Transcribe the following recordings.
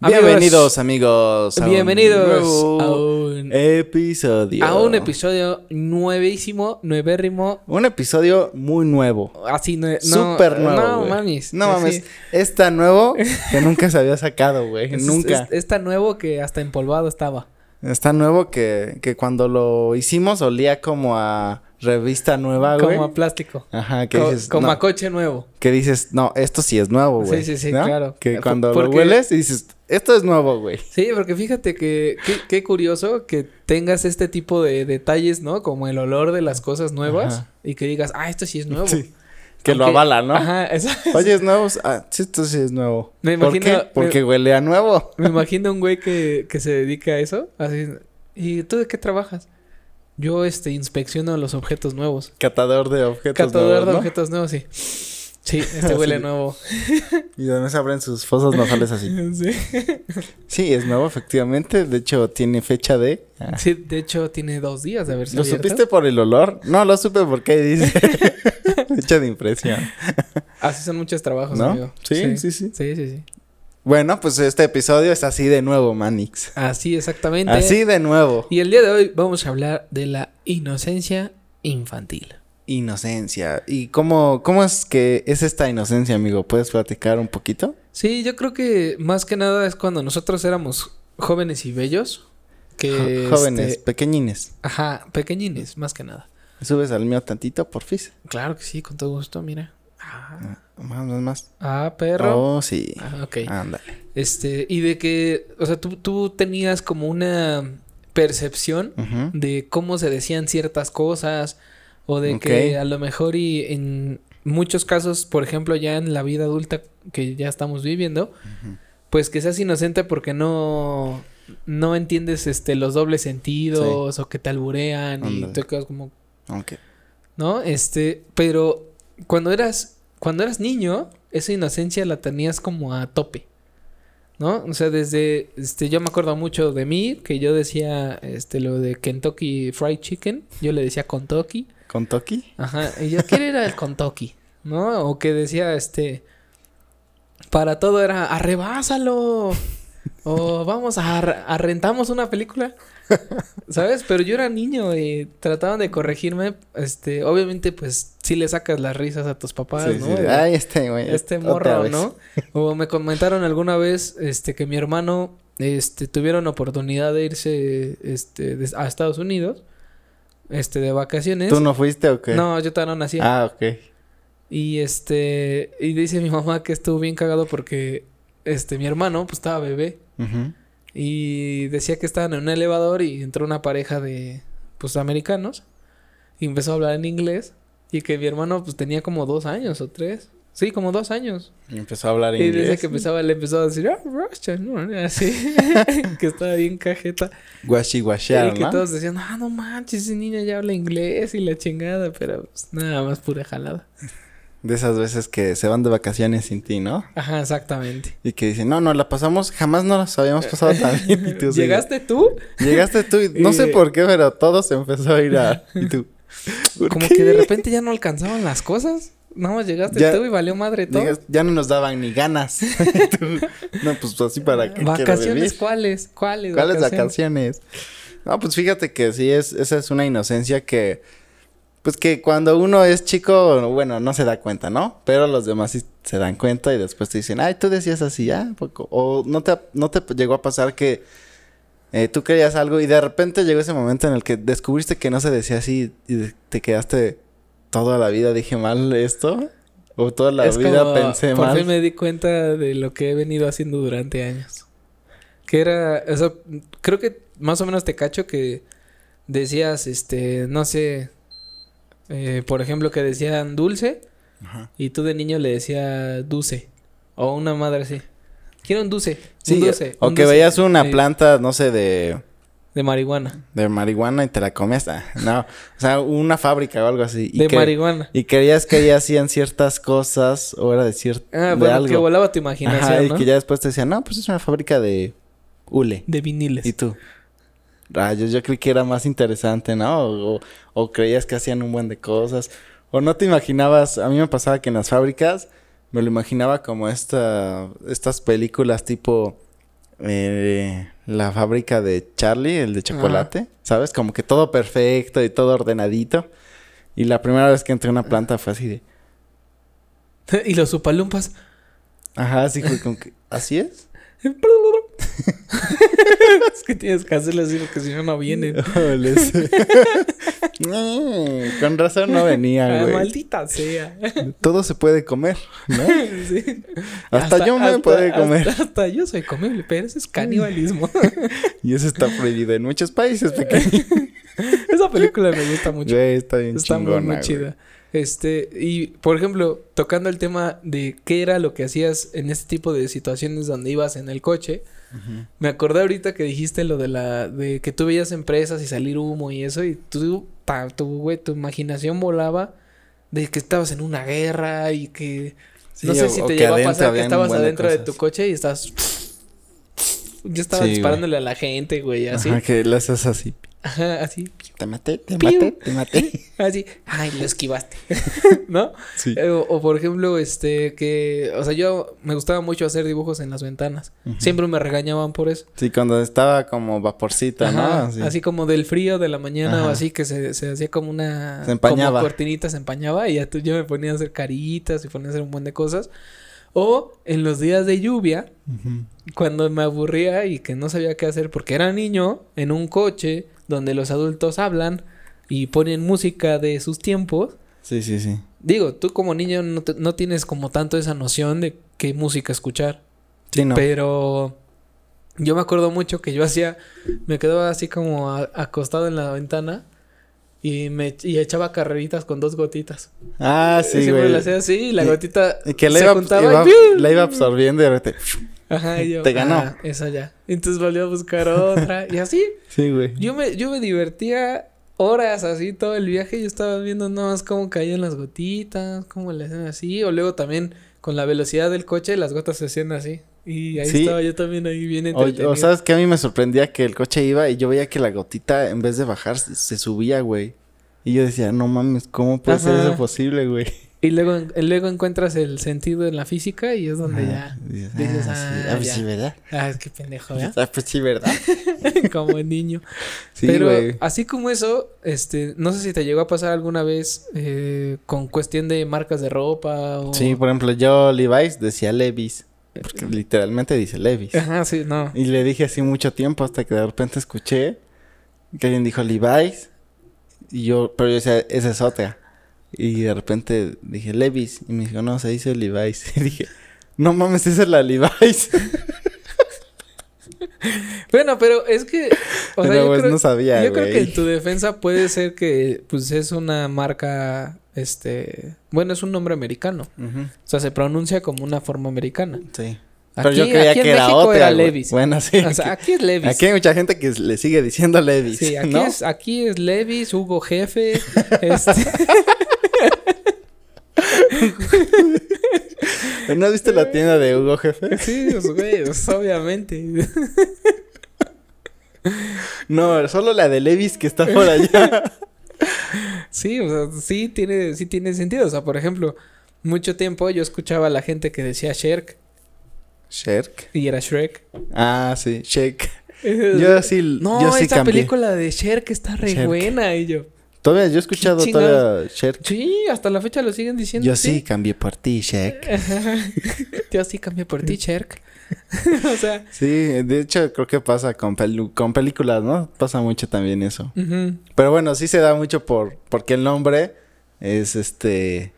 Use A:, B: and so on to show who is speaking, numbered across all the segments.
A: Amigos,
B: Bienvenidos, amigos. a un
A: Bienvenidos
B: nuevo
A: a un-
B: episodio.
A: A un episodio nuevísimo, nuevérrimo.
B: Un episodio muy nuevo.
A: Así, nue- Eh, no,
B: Súper nuevo.
A: No
B: güey.
A: mames.
B: No
A: así.
B: mames. Es tan nuevo que nunca se había sacado, güey.
A: Es-
B: nunca.
A: Es, es tan nuevo que hasta empolvado estaba.
B: Es tan nuevo que, que cuando lo hicimos olía como a revista nueva, Ah, güey.
A: Como a plástico.
B: Ajá, que
A: Co-
B: dices.
A: como
B: no,
A: a coche nuevo.
B: que dices, no, esto sí es nuevo,
A: Sí,
B: güey.
A: sí, sí,
B: ¿no?
A: claro.
B: Que
A: Por-
B: cuando
A: porque-
B: lo hueles y dices, esto es nuevo, güey.
A: Sí, porque fíjate que qué, qué curioso que tengas este tipo de detalles, ¿no? Como el olor de las cosas nuevas
B: Ajá.
A: y que digas, ah, esto sí es nuevo.
B: Sí. Que lo
A: Aunque-
B: avala, ¿no?
A: Ajá, esa-
B: Oye, es nuevo. Ah, sí, esto sí es nuevo.
A: Me
B: ¿Por
A: imagino-
B: qué? Porque huele a nuevo.
A: Me imagino un güey que, que se dedica a eso. Así, ¿Y tú de qué trabajas? Yo este, inspecciono los objetos nuevos.
B: Catador de objetos.
A: Catador
B: nuevos,
A: de
B: ¿no?
A: objetos nuevos, sí. Sí, este huele nuevo.
B: Y donde se abren sus fosas nasales así.
A: Sí.
B: Sí, es nuevo, efectivamente. De hecho, tiene fecha de. Ah.
A: Sí, de hecho tiene dos días de haberse
B: ¿Lo
A: abierto.
B: supiste por el olor? No, lo supe porque dice. fecha de impresión.
A: Así son muchos trabajos,
B: ¿No?
A: amigo.
B: Sí, sí, sí.
A: Sí, sí, sí.
B: Bueno, pues este episodio es así de nuevo, Manix.
A: Así exactamente.
B: Así de nuevo.
A: Y el día de hoy vamos a hablar de la inocencia infantil.
B: Inocencia. ¿Y cómo, cómo es que es esta inocencia, amigo? ¿Puedes platicar un poquito?
A: Sí, yo creo que más que nada es cuando nosotros éramos jóvenes y bellos. Que
B: Jo- Jóvenes,
A: este,
B: pequeñines.
A: Ajá, pequeñines, más que nada.
B: Subes al mío tantito, porfis.
A: Claro que sí, con todo gusto, mira. Ah,
B: Más, más, más.
A: ah, perro.
B: Oh, sí.
A: Ah, ok.
B: Ándale.
A: Este, y de que, o sea, tú, tú tenías como una percepción
B: Ujú.
A: de cómo se decían ciertas cosas o de
B: Ok.
A: que a lo mejor y en muchos casos, por ejemplo, ya en la vida adulta que ya estamos viviendo, pues que seas inocente porque no no entiendes este los dobles sentidos o que te alburean y
B: Ándale.
A: te quedas como
B: Aunque.
A: ¿no? Este, pero cuando eras, cuando eras niño, esa inocencia la tenías como a tope, ¿no? O sea, desde, este, yo me acuerdo mucho de mí, que yo decía, este, lo de Kentucky Fried Chicken, yo le decía Kentucky,
B: ¿Con Toki?
A: ajá, y yo quiero ir al Kentucky, ¿no? O que decía, este, para todo era, arrebásalo, o vamos a, ar- a rentamos una película. ¿Sabes? Pero yo era niño y trataban de corregirme. Este, obviamente, pues, sí le sacas las risas a tus papás,
B: Sí,
A: ¿no?
B: sí.
A: De-
B: Ay, este, güey.
A: este
B: otra
A: morro,
B: vez.
A: ¿no? O me comentaron alguna vez, este, que mi hermano, este, tuvieron oportunidad de irse, este, de- a Estados Unidos, este, de vacaciones.
B: ¿Tú no fuiste o qué?
A: No, yo todavía no nacía.
B: Ah, ok.
A: Y este, y dice mi mamá que estuvo bien cagado porque, este, mi hermano, pues, estaba bebé.
B: Ujú.
A: Y decía que estaban en un elevador y entró una pareja de, pues, americanos. Y empezó a hablar en inglés. Y que mi hermano, pues, tenía como dos años o tres. Sí, como dos años.
B: Y Empezó a hablar
A: Y
B: inglés.
A: desde que empezaba, le empezó a decir, ah, Russia, ¿no? Así. que estaba bien cajeta.
B: Guashi
A: y
B: guashear,
A: que
B: ¿no?
A: todos decían, ah, no manches, ese niño ya habla inglés y la chingada. Pero, pues, nada más pura jalada.
B: De esas veces que se van de vacaciones sin ti, ¿no?
A: Ajá, exactamente.
B: Y que dicen, no, no, la pasamos, jamás no nos habíamos pasado tan bien. Y tú sí,
A: ¿Llegaste tú?
B: Llegaste tú, y no sé
A: Y-
B: por qué, pero todo se empezó a ir a. Y tú. ¿por
A: Como
B: qué?
A: que de repente ya no alcanzaban las cosas. Nada más llegaste
B: Ya-
A: tú y valió madre todo.
B: Llegas- Ya no nos daban ni ganas. Y tú, no, pues así para qué. quiero vivir?
A: ¿Vacaciones cuáles? ¿Cuáles?
B: ¿Cuáles vacaciones? No, pues fíjate que sí, es, esa es una inocencia que. Pues que cuando uno es chico, bueno, no se da cuenta, ¿no? Pero los demás sí se dan cuenta y después te dicen, ay, tú decías así, ya, poco. O no te, no te llegó a pasar que eh, tú creías algo y de repente llegó ese momento en el que descubriste que no se decía así y de- te quedaste toda la vida, dije mal esto. O toda la
A: es
B: vida
A: como,
B: pensé
A: por
B: mal.
A: fin me di cuenta de lo que he venido haciendo durante años. Que era, o sea, creo que más o menos te cacho que decías, este, no sé, eh, por ejemplo, que decían dulce
B: Ajá.
A: y tú de niño le decías dulce o una madre así. Quiero un dulce,
B: Sí,
A: un dulce.
B: o
A: un
B: que
A: dulce.
B: veías una
A: Sí,
B: planta, no sé, de.
A: de marihuana,
B: De marihuana y te la comías. ah, No, o sea, una fábrica o algo así. Y
A: de
B: que-
A: marihuana.
B: Y creías que ya hacían ciertas cosas o era de cierto.
A: Ah,
B: de
A: bueno,
B: algo.
A: que volaba
B: Ajá,
A: tu imaginación,
B: y
A: ¿no?
B: que ya después te decían, no, pues es una fábrica de hule.
A: De viniles.
B: Y tú. Rayos, yo creí que era más interesante, ¿no? O, o- o creías que hacían un buen de cosas. O no te imaginabas. A mí me pasaba que en las fábricas me lo imaginaba como esta, estas películas tipo eh, la fábrica de Charlie, el de chocolate, ¿sabes? Como que todo perfecto y todo ordenadito. Y la primera vez que entré a una planta fue así de,
A: y los upalumpas.
B: ajá, así fue como que, ¿así es?
A: es que tienes que hacerle así porque si no, no vienen.
B: Ole, sí. Mm, Con razón no venía,
A: Ah,
B: güey.
A: maldita sea.
B: Todo se puede comer, ¿no?
A: Sí.
B: Hasta yo me
A: hasta-
B: puedo comer.
A: Hasta, hasta yo soy comible, pero eso es canibalismo.
B: Y eso está prohibido en muchos países pequeños.
A: Esa película me gusta mucho.
B: Güey, está bien
A: Está muy,
B: chingona,
A: muy
B: güey.
A: chida. Este, y por ejemplo, tocando el tema de qué era lo que hacías en este tipo de situaciones donde ibas en el coche, me acordé ahorita que dijiste lo de la, de que tú veías empresas y salir humo y eso, y tú, pa, tu, güey, tu imaginación volaba de que estabas en una guerra y que,
B: Sí,
A: no sé
B: o-
A: si
B: o
A: te
B: que
A: llegó a
B: adentro
A: pasar que
B: habían un
A: estabas
B: buen de
A: adentro de, tu
B: cosas.
A: coche y estabas, yo estaba
B: Sí, güey.
A: disparándole a la gente, güey, así,
B: Ajá, que le haces así.
A: ajá, así,
B: Te maté, te
A: Piu.
B: maté, te maté.
A: así, ay, lo esquivaste, ¿no?
B: Sí.
A: Eh, O, o, por ejemplo, este, que, o sea, yo me gustaba mucho hacer dibujos en las ventanas. Siempre me regañaban por eso.
B: Sí, cuando estaba como vaporcita,
A: Ajá,
B: ¿no? Así.
A: Así como del frío de la mañana o
B: Ajá.
A: así que se, se hacía como una...
B: Se empañaba.
A: Como cortinita se empañaba y ya tú- yo me ponía a hacer caritas y ponía a hacer un buen de cosas. O en los días de lluvia,
B: Ujú.
A: cuando me aburría y que no sabía qué hacer porque era niño en un coche donde los adultos hablan y ponen música de sus tiempos.
B: Sí, sí, sí.
A: Digo, tú como niño no, te- no tienes como tanto esa noción de qué música escuchar.
B: Sí, no.
A: Pero yo me acuerdo mucho que yo hacía, me quedaba así como a- acostado en la ventana y me y echaba carreritas con dos gotitas.
B: ah, sí,
A: Siempre
B: güey.
A: la hacía así y la
B: Y-
A: gotita
B: Y que la
A: se
B: iba,
A: juntaba
B: iba-
A: y ¡piu!
B: la iba absorbiendo y de repente.
A: Ajá, y yo,
B: Te ganó.
A: "Ah, esa ya. Entonces volví a buscar otra y así.
B: Sí, güey.
A: Yo me, yo me divertía horas así todo el viaje. Yo estaba viendo nada más cómo caían las gotitas, cómo le hacían así. O luego también con la velocidad del coche, las gotas se hacían así. Y ahí
B: Sí.
A: estaba yo también ahí bien
B: O-
A: entretenido.
B: O, sabes que a mí me sorprendía que el coche iba y yo veía que la gotita en vez de bajar se, se subía, güey. Y yo decía, no mames, ¿cómo puede ser
A: Ajá.
B: eso posible, güey?
A: Y luego, en- luego encuentras el sentido en la física y es donde
B: Ajá.
A: ya.
B: Dices,
A: dices,
B: ah, sí.
A: ah,
B: Ah, pues
A: ya.
B: sí, ¿verdad?
A: Ah, es que pendejo, ¿verdad?
B: Ah, pues sí, ¿verdad? ah,
A: como niño.
B: Sí,
A: Pero
B: güey.
A: así como eso, este, no sé si te llegó a pasar alguna vez eh, con cuestión de marcas de ropa o.
B: Sí, por ejemplo, yo Levi's decía Levi's. Porque literalmente dice Levi's.
A: Ajá, sí, no.
B: Y le dije así mucho tiempo hasta que de repente escuché que alguien dijo Levi's. Y yo, pero yo decía, esa es otra. Y de repente dije Levi's. Y me dijo, no, se dice Levi's. Y dije, no mames, esa es la Levi's.
A: Bueno, pero es que. o sea,
B: pero
A: yo
B: pues
A: creo-
B: no sabía,
A: Yo creo que en
B: güey.
A: tu defensa puede ser que, pues, es una marca, este... Bueno, es un nombre americano.
B: Ujú,
A: O sea, se pronuncia como una forma americana.
B: Sí.
A: Aquí,
B: Pero yo creía
A: aquí en
B: que era
A: México
B: otra.
A: era
B: güey.
A: Levi's.
B: Bueno, sí.
A: O sea, aquí es Levi's.
B: Aquí hay mucha gente que le sigue diciendo Levi's.
A: sí, aquí,
B: ¿no?
A: es, aquí es Levi's, Hugo Jefe, este...
B: ¿No has visto la tienda de Hugo Jefe?
A: sí, pues, güey, pues, obviamente.
B: No, solo la de Levi's que está por allá.
A: Sí, o sea, sí tiene, sí tiene sentido. O sea, por ejemplo, mucho tiempo yo escuchaba a la gente que decía Shrek
B: Sherk.
A: y era Shrek.
B: Ah, sí, Shake. Yo sí,
A: No,
B: yo sí
A: esa
B: cambié.
A: película de Shrek está re
B: Shrek.
A: buena. Y yo,
B: Todavía, yo he escuchado
A: chingados?
B: todavía Sherk.
A: Sí, hasta la fecha lo siguen diciendo.
B: Yo sí cambié por ti, Shake.
A: Yo sí cambié por ti, Cherk. o sea,
B: Sí, de hecho creo que pasa con, pelu- con películas, ¿no? Pasa mucho también eso.
A: ujú.
B: Pero bueno, sí se da mucho por porque el nombre es este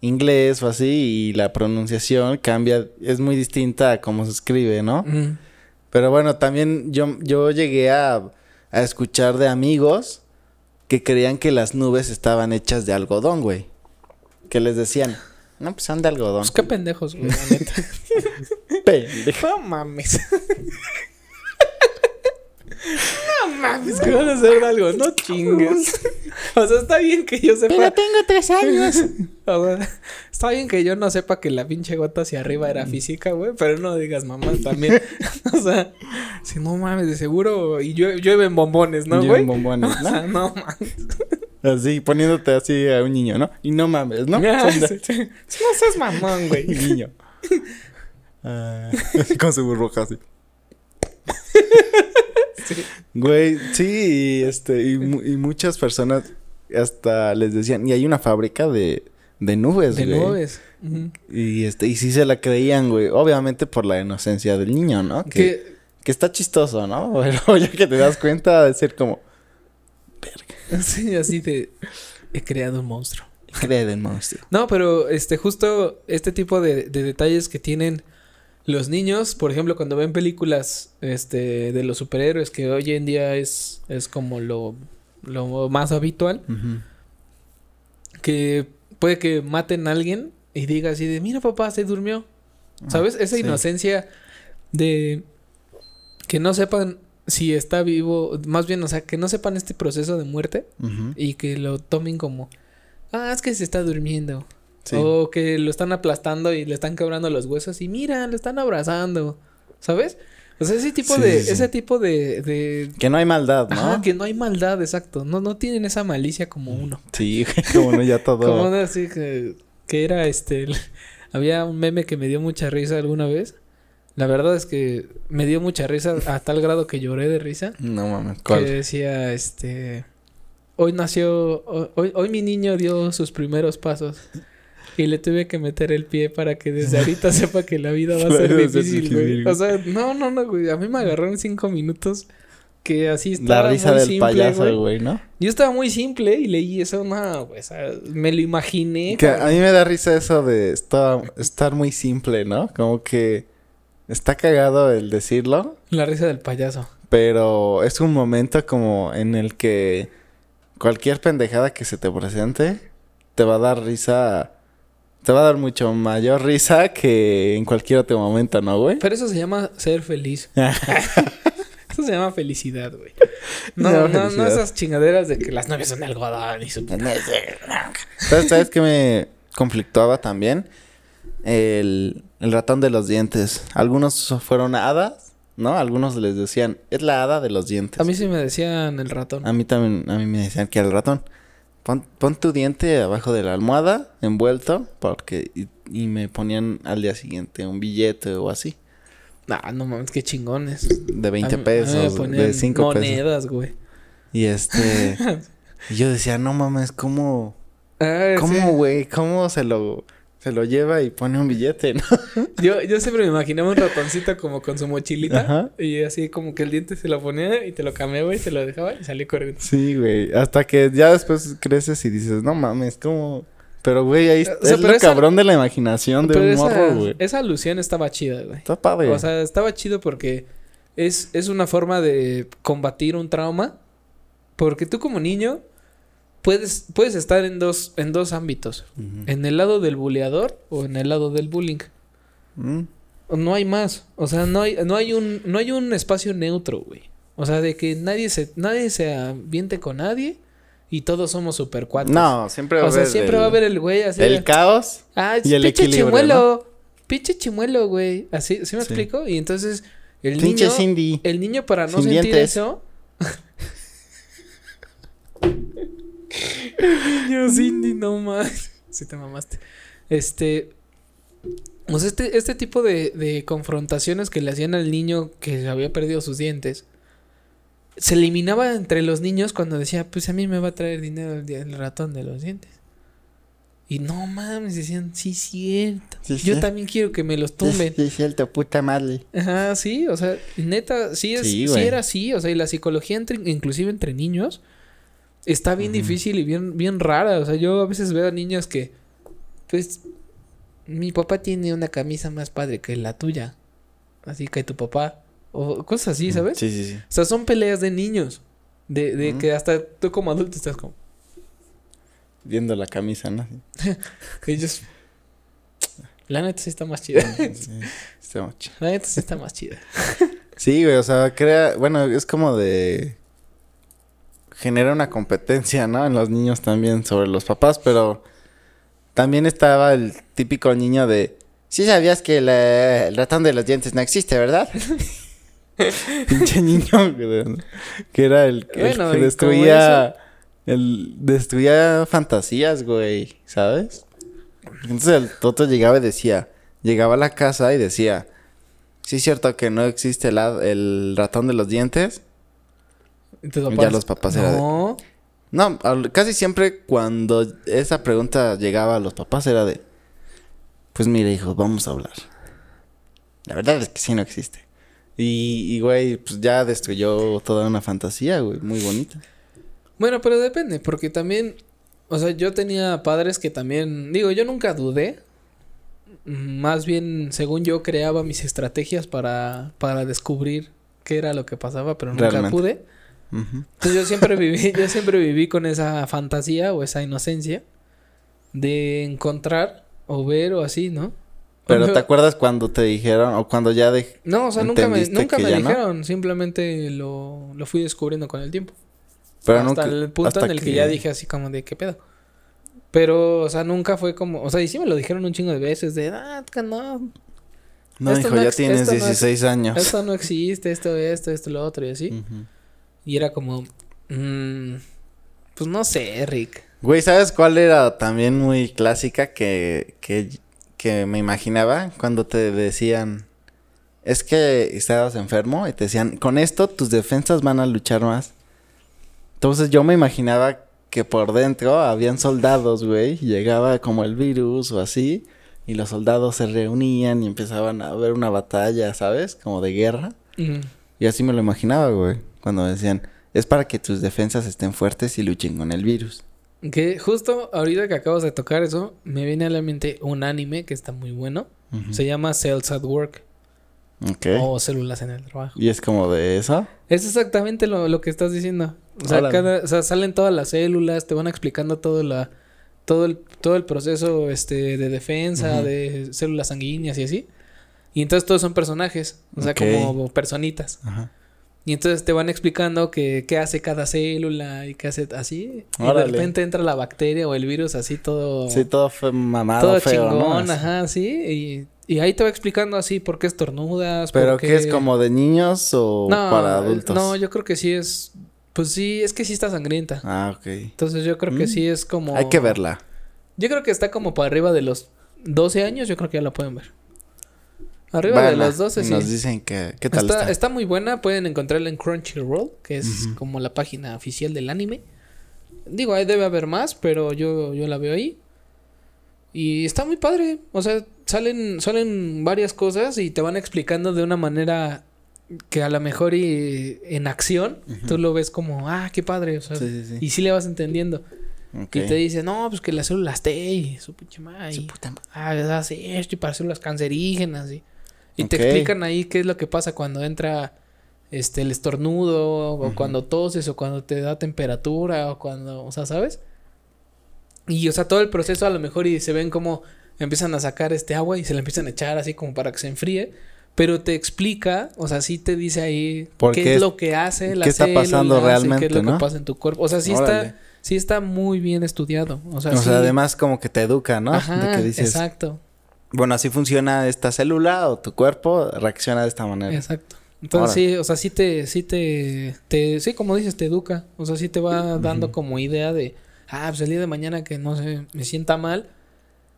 B: inglés o así y la pronunciación cambia, es muy distinta a cómo se escribe, ¿no?
A: Mm.
B: Pero bueno, también yo, yo llegué a, a escuchar de amigos que creían que las nubes estaban hechas de algodón, güey. Que les decían, no, pues son de algodón.
A: Pues qué pendejos, güey, la neta.
B: Pendejo.
A: No mames. no mames, que van a hacer algo. No chingues. O sea, está bien que yo sepa.
B: tengo tres años.
A: O sea, está bien que yo no sepa que la pinche gota hacia arriba
B: Mm.
A: era física, güey. Pero no digas mamá también. o sea, si no mames, de seguro. Y llue- llueven bombones, ¿no, güey?
B: bombones,
A: O
B: ¿no?
A: sea, no mames.
B: Así, poniéndote así a un niño, ¿no? Y no mames, ¿no?
A: Ah,
B: Son de-
A: sí. No seas mamón, güey.
B: niño. Ah, con su burbuja así. Güey, sí, y, este, y, mu- y muchas personas hasta les decían, y hay una fábrica de, de nubes,
A: de
B: güey.
A: nubes. Ujú.
B: Y este, y sí se la creían, güey. Obviamente por la inocencia del niño, ¿no? Que,
A: Que-
B: que está chistoso, ¿no? Pero ya que te das cuenta de ser como,
A: sí, así de... He creado un monstruo.
B: cree del monstruo.
A: No, pero este, justo este tipo de, de detalles que tienen los niños, por ejemplo, cuando ven películas este, de los superhéroes, que hoy en día es, es como lo, lo más habitual, que puede que maten a alguien y diga así de, mira papá, se durmió. ¿Sabes? Esa
B: sí.
A: inocencia de que no sepan si está vivo, más bien, o sea, que no sepan este proceso de muerte
B: Ujú.
A: y que lo tomen como, ah, es que se está durmiendo.
B: Sí.
A: O que lo están aplastando y le están quebrando los huesos y mira, lo están abrazando. ¿Sabes? O sea, ese tipo
B: Sí,
A: de,
B: sí, sí.
A: ese tipo de, de-
B: Que no hay maldad, ¿no?
A: Ajá, que no hay maldad, exacto. No, no tienen esa malicia como uno.
B: Sí, güey, como no, ya todo.
A: Como una así que, que era este. el- había un meme que me dio mucha risa alguna vez. La verdad es que me dio mucha risa a tal grado que lloré de risa.
B: No mames,
A: Que
B: ¿cuál?
A: decía, este. Hoy nació. ho- Hoy, hoy mi niño dio sus primeros pasos. Y le tuve que meter el pie para que desde ahorita sepa que la vida va a
B: La
A: ser
B: vida va a ser
A: difícil,
B: difícil,
A: güey.
B: güey.
A: O sea, no, no, no, güey. A mí me agarraron cinco minutos. Que así estaba.
B: La risa
A: muy
B: del
A: simple,
B: payaso, güey, ¿no?
A: Yo estaba muy simple y leí eso. No, güey. o sea, me lo imaginé.
B: Que a
A: cabrón.
B: mí me da risa eso de esta- estar muy simple, ¿no? Como que está cagado el decirlo,
A: La risa del payaso.
B: pero es un momento como en el que cualquier pendejada que se te presente te va a dar risa, te va a dar mucho mayor risa que en cualquier otro momento, ¿no, güey?
A: Pero eso se llama ser feliz. eso se llama felicidad, güey. No,
B: Se
A: no,
B: llama
A: no,
B: felicidad.
A: esas chingaderas de que las novias son de algodón y su
B: ¿Sabes, ¿Sabes qué me conflictuaba también? El, el ratón de los dientes. Algunos fueron hadas, ¿no? Algunos les decían, es la hada de los dientes.
A: A mí sí me decían el ratón.
B: A mí también, a mí me decían que al ratón. Pon, pon tu diente abajo de la almohada, envuelto, porque... Y, y me ponían al día siguiente un billete o así.
A: Ah, no mames, qué chingones.
B: De
A: A
B: 20
A: mí- a mí me
B: pesos, de
A: ponían
B: 5 pesos.
A: Monedas, güey.
B: Y este... y yo decía, no mames, ¿cómo...?
A: Ah,
B: ¿Cómo, güey? ¿Cómo se lo, se lo lleva y pone un billete, no?
A: sí. Yo, yo siempre me imaginaba un ratoncito como con su mochilita.
B: Ajá.
A: Y así como que el diente se lo ponía y te lo cambiaba y se lo dejaba y salía corriendo.
B: Sí, güey. Hasta que ya después creces y dices, no mames, ¿cómo? Pero, güey, ahí
A: O
B: está
A: sea,
B: es
A: pero
B: lo
A: esa-
B: cabrón de la imaginación de
A: Pero
B: un
A: esa,
B: morro, güey.
A: esa alusión estaba chida, güey.
B: Está padre.
A: O sea, estaba chido porque es, es una forma de combatir un trauma. Porque tú como niño puedes, puedes estar en dos, en dos ámbitos.
B: Ujú.
A: En el lado del buleador o en el lado del bullying.
B: Mm.
A: No hay más. O sea, no hay, no hay un, no hay un espacio neutro, güey. O sea, de que nadie se, nadie se aviente con nadie y todos somos super cuates.
B: No, siempre va a
A: O sea,
B: haber
A: siempre
B: el-
A: va a haber el güey así.
B: el
A: de,
B: caos.
A: Ah, es
B: y el
A: pinche
B: equilibrio,
A: chimuelo. Pinche chimuelo, güey. Así, ¿sí me
B: Sí.
A: explico? Y entonces, el
B: Pinche
A: niño.
B: Cindy.
A: El niño para no
B: Sin
A: sentir
B: dientes.
A: eso. niño Cindy, no más. Si te mamaste. Este. O sea, este, este tipo de, de confrontaciones que le hacían al niño que había perdido sus dientes. Se eliminaba entre los niños cuando decía, pues a mí me va a traer dinero el, di- el ratón de los dientes. Y no mames, decían, sí, cierto.
B: Sí,
A: Yo
B: sí.
A: también quiero que me los tumben.
B: Es cierto, puta madre.
A: Ajá, sí, o sea, neta, sí, es,
B: Sí,
A: sí,
B: güey.
A: era así, o sea, y la psicología entre, inclusive entre niños está bien difícil y bien, bien rara, o sea, yo a veces veo a niños que, pues, mi papá tiene una camisa más padre que la tuya, así que tu papá, o cosas así, ¿sabes?
B: Sí, sí, sí.
A: O sea, son peleas de niños, de, de que hasta tú como adulto estás como,
B: Viendo la camisa, ¿no?
A: ellos, la neta sí está más chida,
B: Sí, está muy chido.
A: la neta sí está más chida.
B: Sí, güey, o sea, crea, bueno, es como de genera una competencia, ¿no? En los niños también sobre los papás, pero también estaba el típico niño de sí sabías que la- el ratón de los dientes no existe, ¿verdad? Pinche niño güey, que era el, que- el
A: Bueno, y
B: que
A: como
B: destruía el destruía fantasías, güey, ¿sabes? Entonces el Toto llegaba y decía, llegaba a la casa y decía, Sí es cierto que no existe el, a- el ratón de los dientes.
A: Entonces,
B: Ya
A: papás-
B: los papás era de-
A: No.
B: No, al- casi siempre cuando esa pregunta llegaba a los papás era de... Pues mire, hijo, vamos a hablar. La verdad es que sí no existe. Y, y, güey, pues ya destruyó toda una fantasía, güey, muy bonita.
A: Bueno, pero depende, porque también, o sea, yo tenía padres que también, digo, yo nunca dudé. Mm, Más bien, según yo creaba mis estrategias para, para descubrir qué era lo que pasaba, pero nunca
B: Realmente.
A: pude.
B: Ujú.
A: Entonces yo siempre viví, yo siempre viví con esa fantasía o esa inocencia de encontrar o ver o así, ¿no?
B: Pero ¿te acuerdas cuando te dijeron o cuando ya de...
A: No, o sea, nunca me,
B: entendiste
A: nunca
B: que
A: me
B: ya no?
A: dijeron, simplemente lo, lo fui descubriendo con el tiempo.
B: Pero
A: hasta
B: nunca-
A: el punto
B: hasta
A: en el que... ya dije así como de qué pedo. Pero, o sea, nunca fue como, o sea, y sí me lo dijeron un chingo de veces de, ah, que no,
B: No,
A: esto
B: hijo,
A: no
B: ya
A: ex-
B: tienes
A: esto no es-
B: 16 años.
A: esto no existe, esto, esto, esto, lo otro y así.
B: Ujú.
A: Y era como, mm, pues no sé, Rick.
B: Güey, ¿sabes cuál era también muy clásica que, que, que me imaginaba cuando te decían, es que estabas enfermo y te decían, con esto tus defensas van a luchar más? Entonces yo me imaginaba que por dentro habían soldados, güey, y llegaba como el virus o así, y los soldados se reunían y empezaban a ver una batalla, ¿sabes? Como de guerra.
A: Mm.
B: Y así me lo imaginaba, güey, cuando me decían, es para que tus defensas estén fuertes y luchen con el virus.
A: Que justo ahorita que acabas de tocar eso, me viene a la mente un anime que está muy bueno.
B: Ujú.
A: Se llama Cells at Work
B: Mm. Ok.
A: o Células en el Trabajo.
B: Y es como de eso.
A: Es exactamente lo, lo que estás diciendo. O sea,
B: Órale.
A: cada- o sea, salen todas las células, te van explicando todo la, todo el, todo el proceso este, de defensa,
B: Ujú.
A: de células sanguíneas y así. Y entonces todos son personajes, o sea,
B: Ok.
A: como personitas.
B: Ajá.
A: Y entonces te van explicando que, qué hace cada célula y qué hace así. Y
B: Órale.
A: de repente entra la bacteria o el virus así todo,
B: Sí, todo fue mamado,
A: todo
B: feo,
A: chingón,
B: ¿no?
A: ajá, sí. Y, y ahí te va explicando así por qué estornudas.
B: Pero
A: por
B: que es como de niños o para adultos.
A: No, yo creo que sí es. Pues sí, es que sí está sangrienta.
B: Ah, ok.
A: Entonces yo creo que
B: Mm.
A: sí es como.
B: Hay que verla.
A: Yo creo que está como para arriba de los 12 años, yo creo que ya la pueden ver. Arriba de
B: Véanla.
A: los 12, sí.
B: Nos dicen que. ¿Qué tal
A: Está,
B: está?
A: está muy buena, pueden encontrarla en Crunchyroll, que es
B: Ujú.
A: como la página oficial del anime. Digo, ahí debe haber más, pero yo, yo la veo ahí. Y está muy padre. O sea, salen, salen varias cosas y te van explicando de una manera que a lo mejor y, en acción tú lo ves como, ah, qué padre. O sea,
B: Sí, sí, sí.
A: Y sí le vas entendiendo.
B: Ok.
A: Y te dice, no, pues que las células T y su pinche madre.
B: Su
A: y-
B: puta ma-
A: Ah, ¿verdad? Hace esto y para células cancerígenas. Y, y
B: Ok.
A: te explican ahí qué es lo que pasa cuando entra este el estornudo, o cuando toses, o cuando te da temperatura, o cuando, o sea, ¿sabes? Y, o sea, todo el proceso a lo mejor y se ven como empiezan a sacar este agua y se la empiezan a echar así como para que se enfríe. Pero te explica, o sea, sí te dice ahí
B: ¿Por
A: qué,
B: qué
A: es
B: es-
A: lo que hace
B: qué
A: la
B: está pasando
A: qué es
B: realmente,
A: lo que
B: no?
A: pasa en tu cuerpo. O sea, sí
B: Órale.
A: está, sí está muy bien estudiado. O sea,
B: O sea,
A: sí-
B: además, como que te educa, ¿no?
A: Ajá,
B: de que dices,
A: exacto.
B: bueno, así funciona esta célula o tu cuerpo reacciona de esta manera.
A: Exacto. Entonces
B: Órale.
A: sí, o sea, sí te, sí te, te- sí, como dices, te educa. O sea, sí te va dando como idea de, ah, pues el día de mañana que no sé, me sienta mal.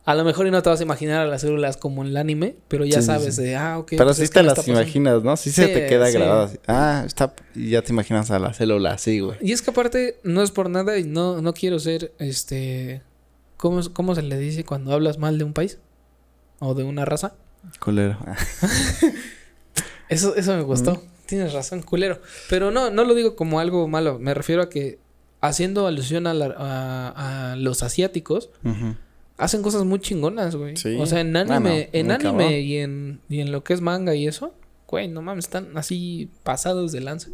A: A lo mejor y no te vas a imaginar a las células como en el anime, pero ya
B: Sí, sí,
A: sabes
B: sí.
A: de, ah, ok.
B: Pero
A: pues
B: sí
A: es que
B: te
A: me
B: las
A: está pasando.
B: imaginas, ¿no? Sí, se
A: Sí,
B: te queda
A: sí.
B: grabado así. Ah, está. Y ya te imaginas a la célula así, güey.
A: Y es que aparte, no es por nada y no, no quiero ser, este, ¿cómo, es- ¿cómo se le dice cuando hablas mal de un país? O de una raza.
B: Colero.
A: Eso, eso me gustó. Tienes razón, culero. Pero no, no lo digo como algo malo. Me refiero a que haciendo alusión a, la- a- a los asiáticos, hacen cosas muy chingonas, güey.
B: Sí.
A: O sea, en anime,
B: Bueno,
A: en
B: muy cabrón.
A: anime y en, y en lo que es manga y eso, güey, no mames, están así pasados de lanza.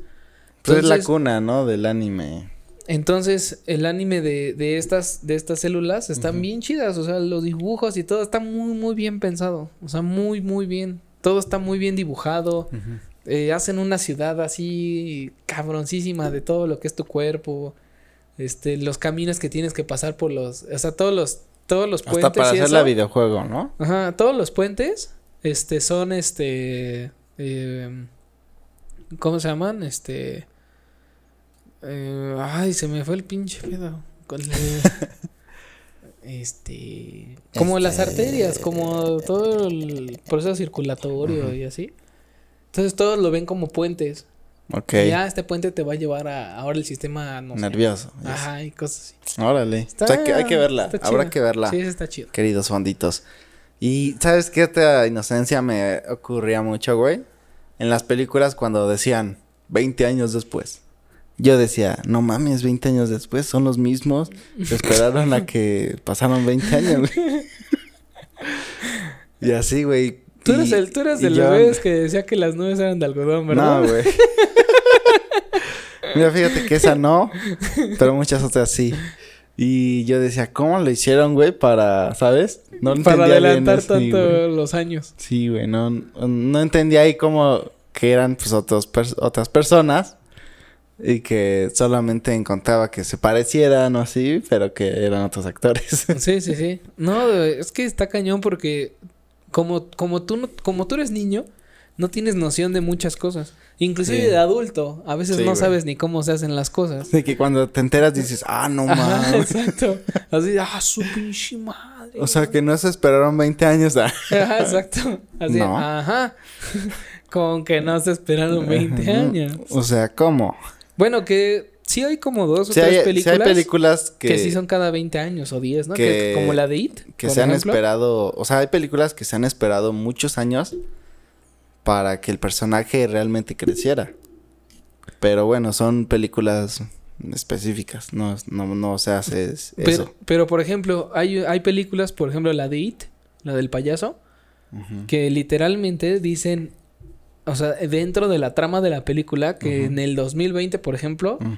B: Pues es la
A: Entonces-
B: cuna, ¿no? Del anime.
A: Entonces, el anime de, de estas, de estas células están
B: Ujú.
A: bien chidas. O sea, los dibujos y todo está muy, muy bien pensado. O sea, muy, muy bien. Todo está muy bien dibujado. Eh, hacen una ciudad así cabroncísima de todo lo que es tu cuerpo. Este, los caminos que tienes que pasar por los. O sea, todos los, todos los puentes.
B: Hasta para
A: y
B: hacer
A: eso.
B: la videojuego, ¿no?
A: Ajá, todos los puentes. Este, son este. eh, ¿Cómo se llaman? Este. eh, ay, se me fue el pinche pedo. Con el- este. Como las
B: Este-
A: arterias, como todo el proceso circulatorio y así. Entonces todos lo ven como puentes.
B: Ok.
A: Y Ya este puente te va a llevar a ahora el sistema no sé,
B: Nervioso. yes.
A: Ajá, y cosas así.
B: Órale. O sea, que hay que verla.
A: está
B: Habrá
A: chida.
B: que verla.
A: Sí, esa está chido.
B: Queridos fonditos. Y ¿sabes qué otra inocencia me ocurría mucho, güey? En las películas cuando decían 20 años después. Yo decía, no mames, 20 años después son los mismos. Se esperaron a que pasaron 20 años, güey. y así, güey.
A: Tú
B: y-
A: eres el, tú eres
B: y
A: de los
B: yo-
A: güeyes que decía que las nubes eran de algodón, ¿verdad?
B: No, güey. Mira, fíjate que esa no, pero muchas otras sí. Y yo decía, ¿cómo lo hicieron, güey? Para, ¿sabes? No entendía
A: Para
B: bien
A: adelantar
B: eso, sí,
A: tanto
B: güey.
A: los años.
B: Sí, güey, no, no entendía ahí cómo que eran pues otros pers- otras personas y que solamente encontraba que se parecieran o así, pero que eran otros actores.
A: Sí, sí, sí. No, es que está cañón porque como, como, tú, no- como tú eres niño, no tienes noción de muchas cosas. Inclusive
B: Sí.
A: de adulto, a veces
B: Sí,
A: no
B: güey.
A: sabes ni cómo se hacen las cosas.
B: Así que cuando te enteras dices, ah, no
A: Ajá,
B: mames.
A: exacto. Así, ah, su pinche madre.
B: O sea, que no se esperaron 20 años. ah.
A: Ajá, exacto. Así,
B: No.
A: ajá. Con que no se esperaron 20
B: Ajá.
A: años.
B: O sea, ¿cómo?
A: Bueno, que sí hay como dos o
B: Si
A: tres
B: hay, si
A: películas,
B: hay películas que,
A: que... sí son cada 20 años o 10, ¿no?
B: que-
A: Que, como la de It.
B: que
A: por
B: se han
A: ejemplo.
B: esperado, o sea, hay películas que se han esperado muchos años para que el personaje realmente creciera. Pero bueno, son películas específicas, no, no, no se hace es-
A: Pero,
B: eso.
A: pero, por ejemplo, hay, hay películas, por ejemplo, la de It, la del payaso,
B: Ujú.
A: que literalmente dicen, o sea, dentro de la trama de la película, que en el 2020, por ejemplo,
B: Mm.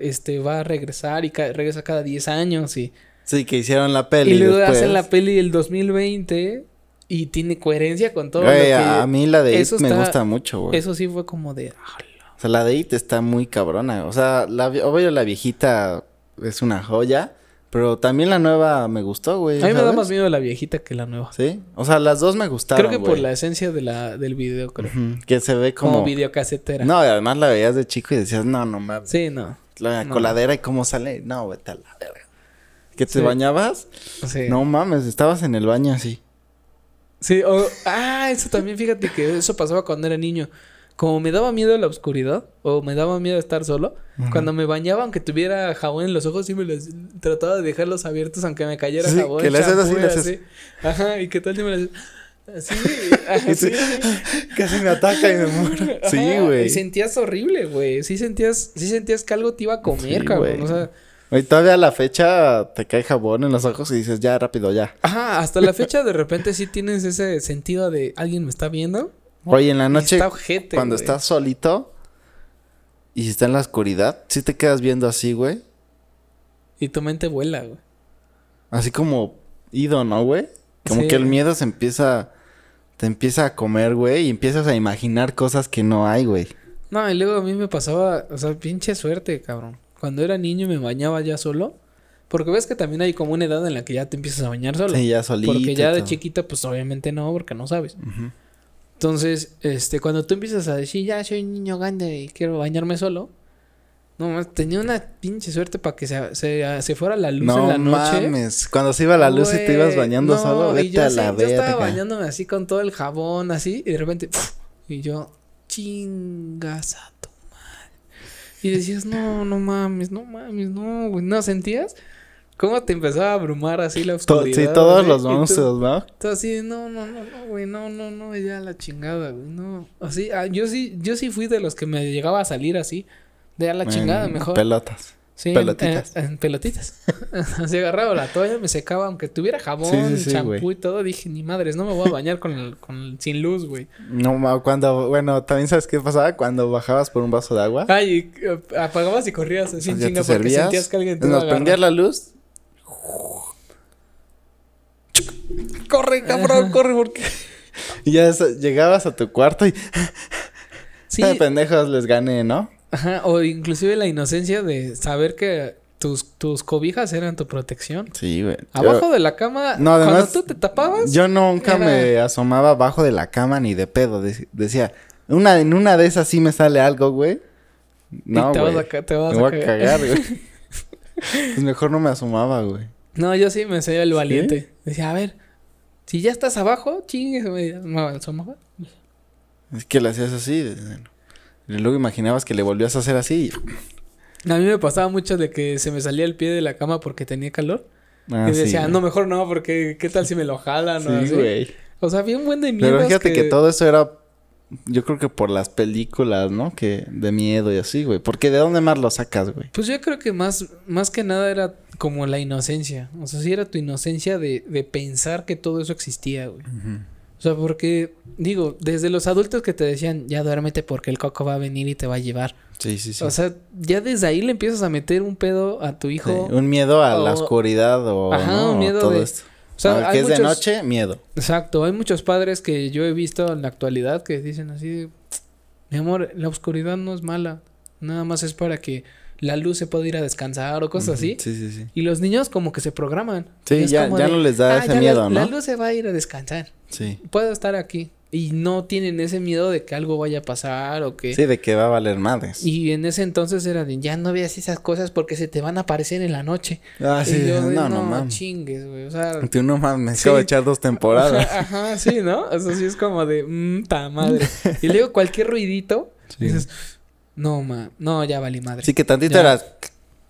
A: este va a regresar y ca- regresa cada 10 años y,
B: Sí, que hicieron la peli.
A: y luego
B: después.
A: hacen la peli del 2020 y tiene coherencia con todo.
B: Güey,
A: lo que-
B: a a mí la de It
A: eso
B: me
A: está-
B: gusta mucho, güey.
A: Eso sí fue como de... "Ah,
B: O sea, la de It está muy cabrona. O sea, la, vi- obvio la viejita es una joya, pero también la nueva me gustó, güey.
A: A mí me da
B: ¿sabes?
A: más miedo la viejita que la nueva.
B: Sí, o sea, las dos me gustaron.
A: creo que por
B: güey.
A: la esencia de la, del video, creo.
B: Ujú, Que se ve
A: Como
B: como.
A: videocasetera.
B: No, y además la veías de chico y decías, no, no mames.
A: Sí, no.
B: La
A: No.
B: coladera y cómo sale. No, vete a la verga. ¿Que te
A: Sí.
B: bañabas?
A: Sí.
B: No mames, estabas en el baño así.
A: Sí, o- ah, eso también, fíjate que eso pasaba cuando era niño. Como me daba miedo la oscuridad, o me daba miedo estar solo, cuando me bañaba, aunque tuviera jabón en los ojos, sí me los trataba de dejarlos abiertos, aunque me cayera
B: Sí,
A: jabón.
B: que le haces así,
A: champú,
B: le haces-
A: Ajá, y qué tal si me las. Así, así,
B: sí.
A: así.
B: Casi me ataca y me muero.
A: Ajá,
B: Sí,
A: Y
B: güey.
A: sentías horrible, güey. Sí sentías, sí sentías que algo te iba a comer,
B: Sí,
A: cabrón.
B: güey.
A: O sea,
B: Y todavía a la fecha te cae jabón en los ojos y dices, ya, rápido, ya.
A: ajá, hasta la fecha de repente sí tienes ese sentido de alguien me está viendo.
B: Oye, en la
A: Y
B: noche,
A: está ojete,
B: cuando
A: güey.
B: estás solito y está en la oscuridad, sí te quedas viendo así, güey.
A: Y tu mente vuela, güey.
B: Así como ido, ¿no, güey? Como
A: Sí.
B: que el miedo se empieza. Te empieza a comer, güey, y empiezas a imaginar cosas que no hay, güey.
A: No, y luego a mí me pasaba, o sea, pinche suerte, cabrón. Cuando era niño me bañaba ya solo. Porque ves que también hay como una edad en la que ya te empiezas a bañar solo.
B: Sí, ya solito.
A: porque ya
B: y
A: de
B: todo.
A: chiquita, pues obviamente no, porque no sabes.
B: Ujú.
A: Entonces, este, cuando tú empiezas a decir, ya soy un niño grande y quiero bañarme solo. No, mames, tenía una pinche suerte para que se, se, se fuera la luz
B: No
A: en la noche.
B: mames, cuando se iba la luz y te ibas
A: Güey,
B: bañando
A: no,
B: solo,
A: y
B: vete
A: yo
B: a
A: así-
B: la
A: Yo estaba
B: verga.
A: bañándome así con todo el jabón, así, y de repente, ¡puf! y yo, chingas a tu madre. Y decías, no, no mames, no mames, no, güey, ¿no sentías? ¿Cómo te empezaba a abrumar así la
B: To-
A: oscuridad?
B: sí, todos
A: güey?
B: los
A: Y tú-
B: monstruos, ¿no?
A: tú así, no, no, no, no, güey, no, no, no, ya la chingada, güey, no. Así, ah, yo sí, yo sí fui de los que me llegaba a salir así, de a la chingada,
B: En
A: mejor.
B: Pelotas.
A: Sí, en-
B: Pelotitas.
A: En, en pelotitas. Así agarraba la toalla, me secaba, aunque tuviera jabón,
B: Sí, sí, sí,
A: champú
B: güey.
A: y todo, dije, ni madres, no me voy a bañar con, el- con el- sin luz, güey.
B: No, ma- cuando, bueno, también sabes qué pasaba cuando bajabas por un vaso de agua.
A: Ay, y, eh, apagabas y corrías así en
B: ya
A: chinga
B: Ah. te
A: porque
B: servías,
A: sentías que alguien te iba a
B: nos prendías
A: agarrar.
B: la luz.
A: Corre, cabrón, corre, porque.
B: Y ya sa- llegabas a tu cuarto y
A: Sí,
B: "Ah, pendejos les gané, ¿no?
A: ajá, o inclusive la inocencia de saber que tus, tus cobijas eran tu protección.
B: Sí, güey. Yo-
A: Abajo de la cama,
B: No, además,
A: cuando tú te tapabas,
B: Yo nunca
A: Era-
B: me asomaba abajo de la cama ni de pedo. de- decía, una, en una de esas sí me sale algo, güey. No,
A: y te
B: güey.
A: vas a, ca- te vas
B: Me
A: a
B: voy a
A: cagar.
B: cagar, güey. Pues mejor no me asomaba, güey.
A: No, yo sí me hacía el valiente. Decía, a ver, si ya estás abajo, chingue, se me, me asomaba.
B: Es que le hacías así. Y luego imaginabas que le volvías a hacer así.
A: A mí me pasaba mucho de que se me salía el pie de la cama porque tenía calor.
B: Ah,
A: y decía,
B: sí,
A: no, mejor no, porque qué tal si me lo jalan o
B: Sí,
A: así.
B: güey.
A: O sea, bien buen de miedo.
B: Pero fíjate que... todo eso era, yo creo que por las películas, ¿no? Que de miedo y así, güey. Porque ¿de dónde más lo sacas, güey?
A: Pues yo creo que más, más que nada era como la inocencia. O sea, sí era tu inocencia de, de pensar que todo eso existía, güey. O sea, porque, digo, desde los adultos que te decían, ya duérmete porque el coco va a venir y te va a llevar.
B: Sí, sí, sí.
A: O sea, ya desde ahí le empiezas a meter un pedo a tu
B: Sí,
A: hijo.
B: Un miedo a la
A: o-
B: oscuridad o
A: Ajá,
B: ¿no?
A: un miedo
B: todo
A: de-
B: esto.
A: O sea,
B: Aunque
A: hay
B: es de
A: muchos-
B: noche, miedo.
A: Exacto, hay muchos padres que yo he visto en la actualidad que dicen así, de, mi amor, la oscuridad no es mala, nada más es para que la luz se pueda ir a descansar o cosas así.
B: Sí, sí, sí.
A: Y los niños como que se programan.
B: Sí,
A: Y es
B: ya-
A: como "Ah,
B: ya no les da ese
A: ya la-
B: miedo,
A: La
B: ¿no?
A: luz se va a ir a descansar,
B: Sí.
A: puedo estar aquí. Y no tienen ese miedo de que algo vaya a pasar o que...
B: Sí, de que va a valer madres.
A: Y en ese entonces era de, ya no veas esas cosas porque se te van a aparecer en la noche.
B: Ah, sí.
A: y yo, de,
B: no,
A: no,
B: no, mames.
A: chingues, güey. O sea,
B: Tú no mames, me acabo de
A: Sí.
B: echar dos temporadas.
A: Ajá, sí, ¿no? Eso sí es como de, mmm, ta madre. Y luego cualquier ruidito,
B: Sí.
A: dices, no, ma, no, ya valí madre.
B: Así que tantito
A: Ya.
B: eras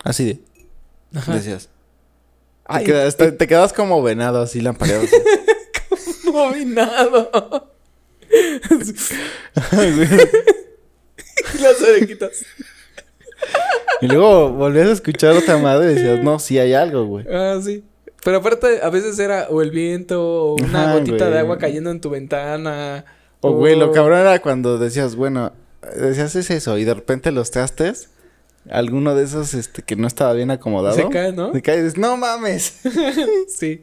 B: así de,
A: Ajá.
B: decías.
A: Ay,
B: te, quedas, te, te quedas como venado así lampareado. así.
A: Dominado.
B: Las orejitas. Y luego volvías a escuchar otra madre y decías, no, sí hay algo, güey.
A: Ah, sí. Pero aparte, a veces era o el viento, o una
B: Ajá,
A: gotita de
B: güey.
A: agua cayendo en tu ventana.
B: O, güey,
A: Oh.
B: lo cabrón era cuando decías, bueno, decías es eso, y de repente los trastes, alguno de esos este, que no estaba bien acomodado.
A: Se cae, ¿no?
B: Se cae y dices, no mames,
A: Sí.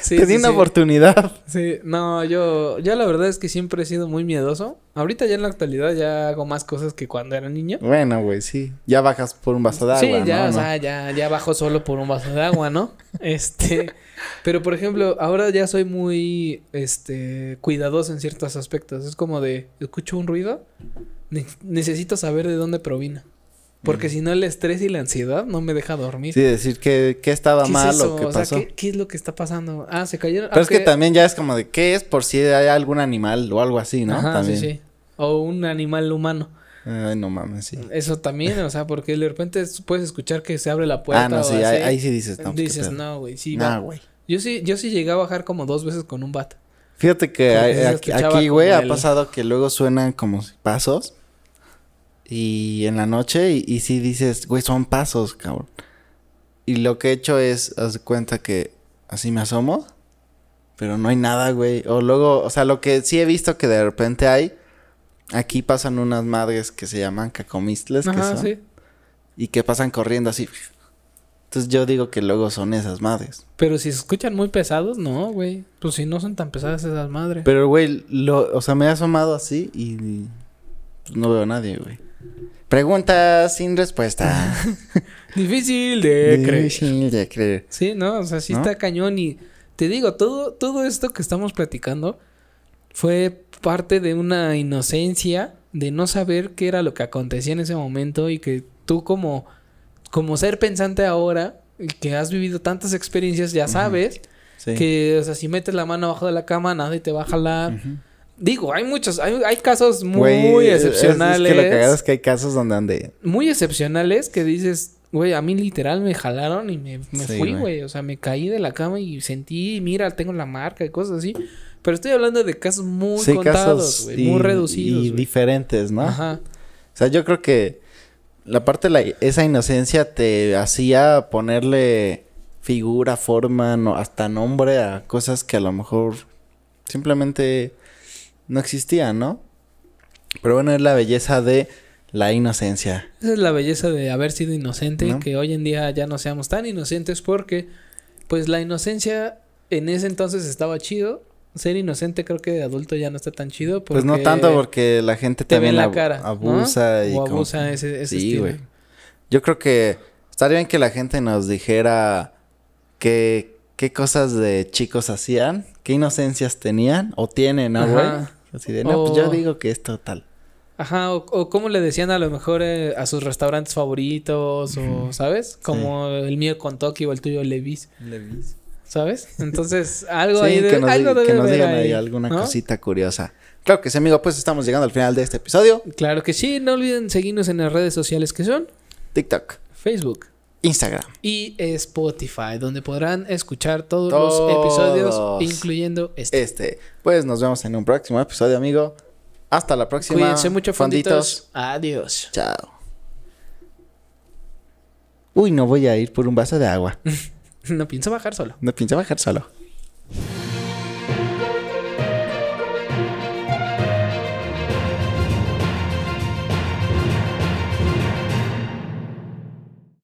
A: Sí,
B: te di
A: sí,
B: una
A: sí.
B: oportunidad.
A: Sí, no, yo, yo la verdad es que siempre he sido muy miedoso. Ahorita ya en la actualidad ya hago más cosas que cuando era niño.
B: Bueno, güey, sí. Ya bajas por un vaso de agua,
A: Sí,
B: ¿no?
A: ya, o
B: ¿No?
A: sea, ya, ya bajo solo por un vaso de agua, ¿no? este, pero por ejemplo, ahora ya soy muy, este, cuidadoso en ciertos aspectos. Es como de, escucho un ruido, ne- necesito saber de dónde provina. Porque si no el estrés y la ansiedad no me deja dormir.
B: Mm. Sí, decir que, que estaba
A: ¿Qué es
B: mal
A: eso?
B: o qué
A: O sea,
B: pasó.
A: ¿qué, qué es lo que está pasando? Ah, se cayeron.
B: Pero es que
A: aunque-
B: también ya es como de qué es por si hay algún animal o algo así, ¿no?
A: Ajá,
B: también.
A: sí, sí. O un animal humano.
B: Ay, no mames, sí.
A: Eso también, o sea, porque de repente puedes escuchar que se abre la puerta.
B: Ah, no,
A: o
B: sí,
A: así.
B: ahí, ahí sí dices, no. pues, qué
A: Dices,
B: pedo.
A: no, güey, sí,
B: Nah,
A: va".
B: güey.
A: Yo sí, yo sí llegué a bajar como dos veces con un bat.
B: Fíjate que
A: Porque
B: hay-
A: sí se
B: aquí,
A: escuchaba
B: aquí, güey,
A: como
B: ha
A: este el-
B: pasado que luego suenan como si- pasos. Y en la noche, y, y sí dices, güey, son pasos, cabrón. Y lo que he hecho es, haz de cuenta que así me asomo, pero no hay nada, güey. O luego, o sea, lo que sí he visto que de repente hay, aquí pasan unas madres que se llaman cacomistles, que
A: Ajá,
B: son,
A: sí.
B: y que pasan corriendo así. Entonces yo digo que luego son esas madres.
A: Pero si se escuchan muy pesados, no, güey. Pues si no son tan pesadas esas madres.
B: Pero, güey, lo, o sea, me he asomado así y pues, no veo a nadie, güey. Preguntas sin respuesta.
A: Difícil de creer.
B: Difícil de creer.
A: Sí, no, o sea, sí
B: ¿No?
A: está cañón y te digo, todo, todo esto que estamos platicando fue parte de una inocencia de no saber qué era lo que acontecía en ese momento y que tú como, como ser pensante ahora y que has vivido tantas experiencias ya sabes
B: Sí.
A: que, o sea, si metes la mano abajo de la cama nadie te va a jalar.
B: Ujú.
A: Digo, hay muchos, hay, hay casos muy
B: Güey, es-
A: excepcionales.
B: Es, que lo cagado es que hay casos donde ande.
A: Muy excepcionales que dices, güey, a mí literal me jalaron y me, me
B: Sí,
A: fui,
B: güey.
A: güey. O sea, me caí de la cama y sentí, mira, tengo la marca y cosas así. Pero estoy hablando de casos muy
B: sí,
A: contados, güey,
B: y-
A: muy reducidos.
B: Y
A: güey.
B: diferentes, ¿no?
A: Ajá.
B: O sea, yo creo que la parte de la- esa inocencia te hacía ponerle figura, forma, no, hasta nombre a cosas que a lo mejor simplemente no existían, ¿no? Pero bueno, es la belleza de la inocencia.
A: Esa es la belleza de haber sido inocente,
B: ¿No?
A: que hoy en día ya no seamos tan inocentes porque, pues, la inocencia en ese entonces estaba chido. Ser inocente creo que de adulto ya no está tan chido.
B: pues no tanto porque la gente
A: te
B: también
A: ven la
B: abu-
A: cara. ¿no?
B: abusa y
A: O
B: como-
A: abusa ese, ese
B: Sí,
A: estilo.
B: güey. Yo creo que estaría bien que la gente nos dijera qué, qué cosas de chicos hacían, qué inocencias tenían o tienen, ¿no, güey?
A: Ajá.
B: Así de, no, pues
A: O-
B: yo digo que esto tal.
A: Ajá, o, o cómo le decían a lo mejor eh, a sus restaurantes favoritos, o, ¿sabes? Como el mío con Tokio o el tuyo Levis. ¿Sabes? Entonces, algo
B: Sí,
A: ahí de,
B: que nos,
A: algo
B: di- que
A: debe
B: nos
A: haber
B: digan ahí
A: ahí,
B: alguna
A: ¿no?
B: cosita curiosa. Claro que sí, amigo, pues estamos llegando al final de este episodio.
A: Claro que sí, no olviden seguirnos en las redes sociales que son
B: TikTok,
A: Facebook
B: Instagram.
A: y Spotify, donde podrán escuchar todos,
B: Todos.
A: los episodios, incluyendo este.
B: Este, pues nos vemos en un próximo episodio, amigo. Hasta la próxima.
A: Cuídense mucho, fonditos. Adiós.
B: Chao. Uy, no voy a ir por un vaso de agua.
A: No pienso bajar solo.
B: No pienso bajar solo.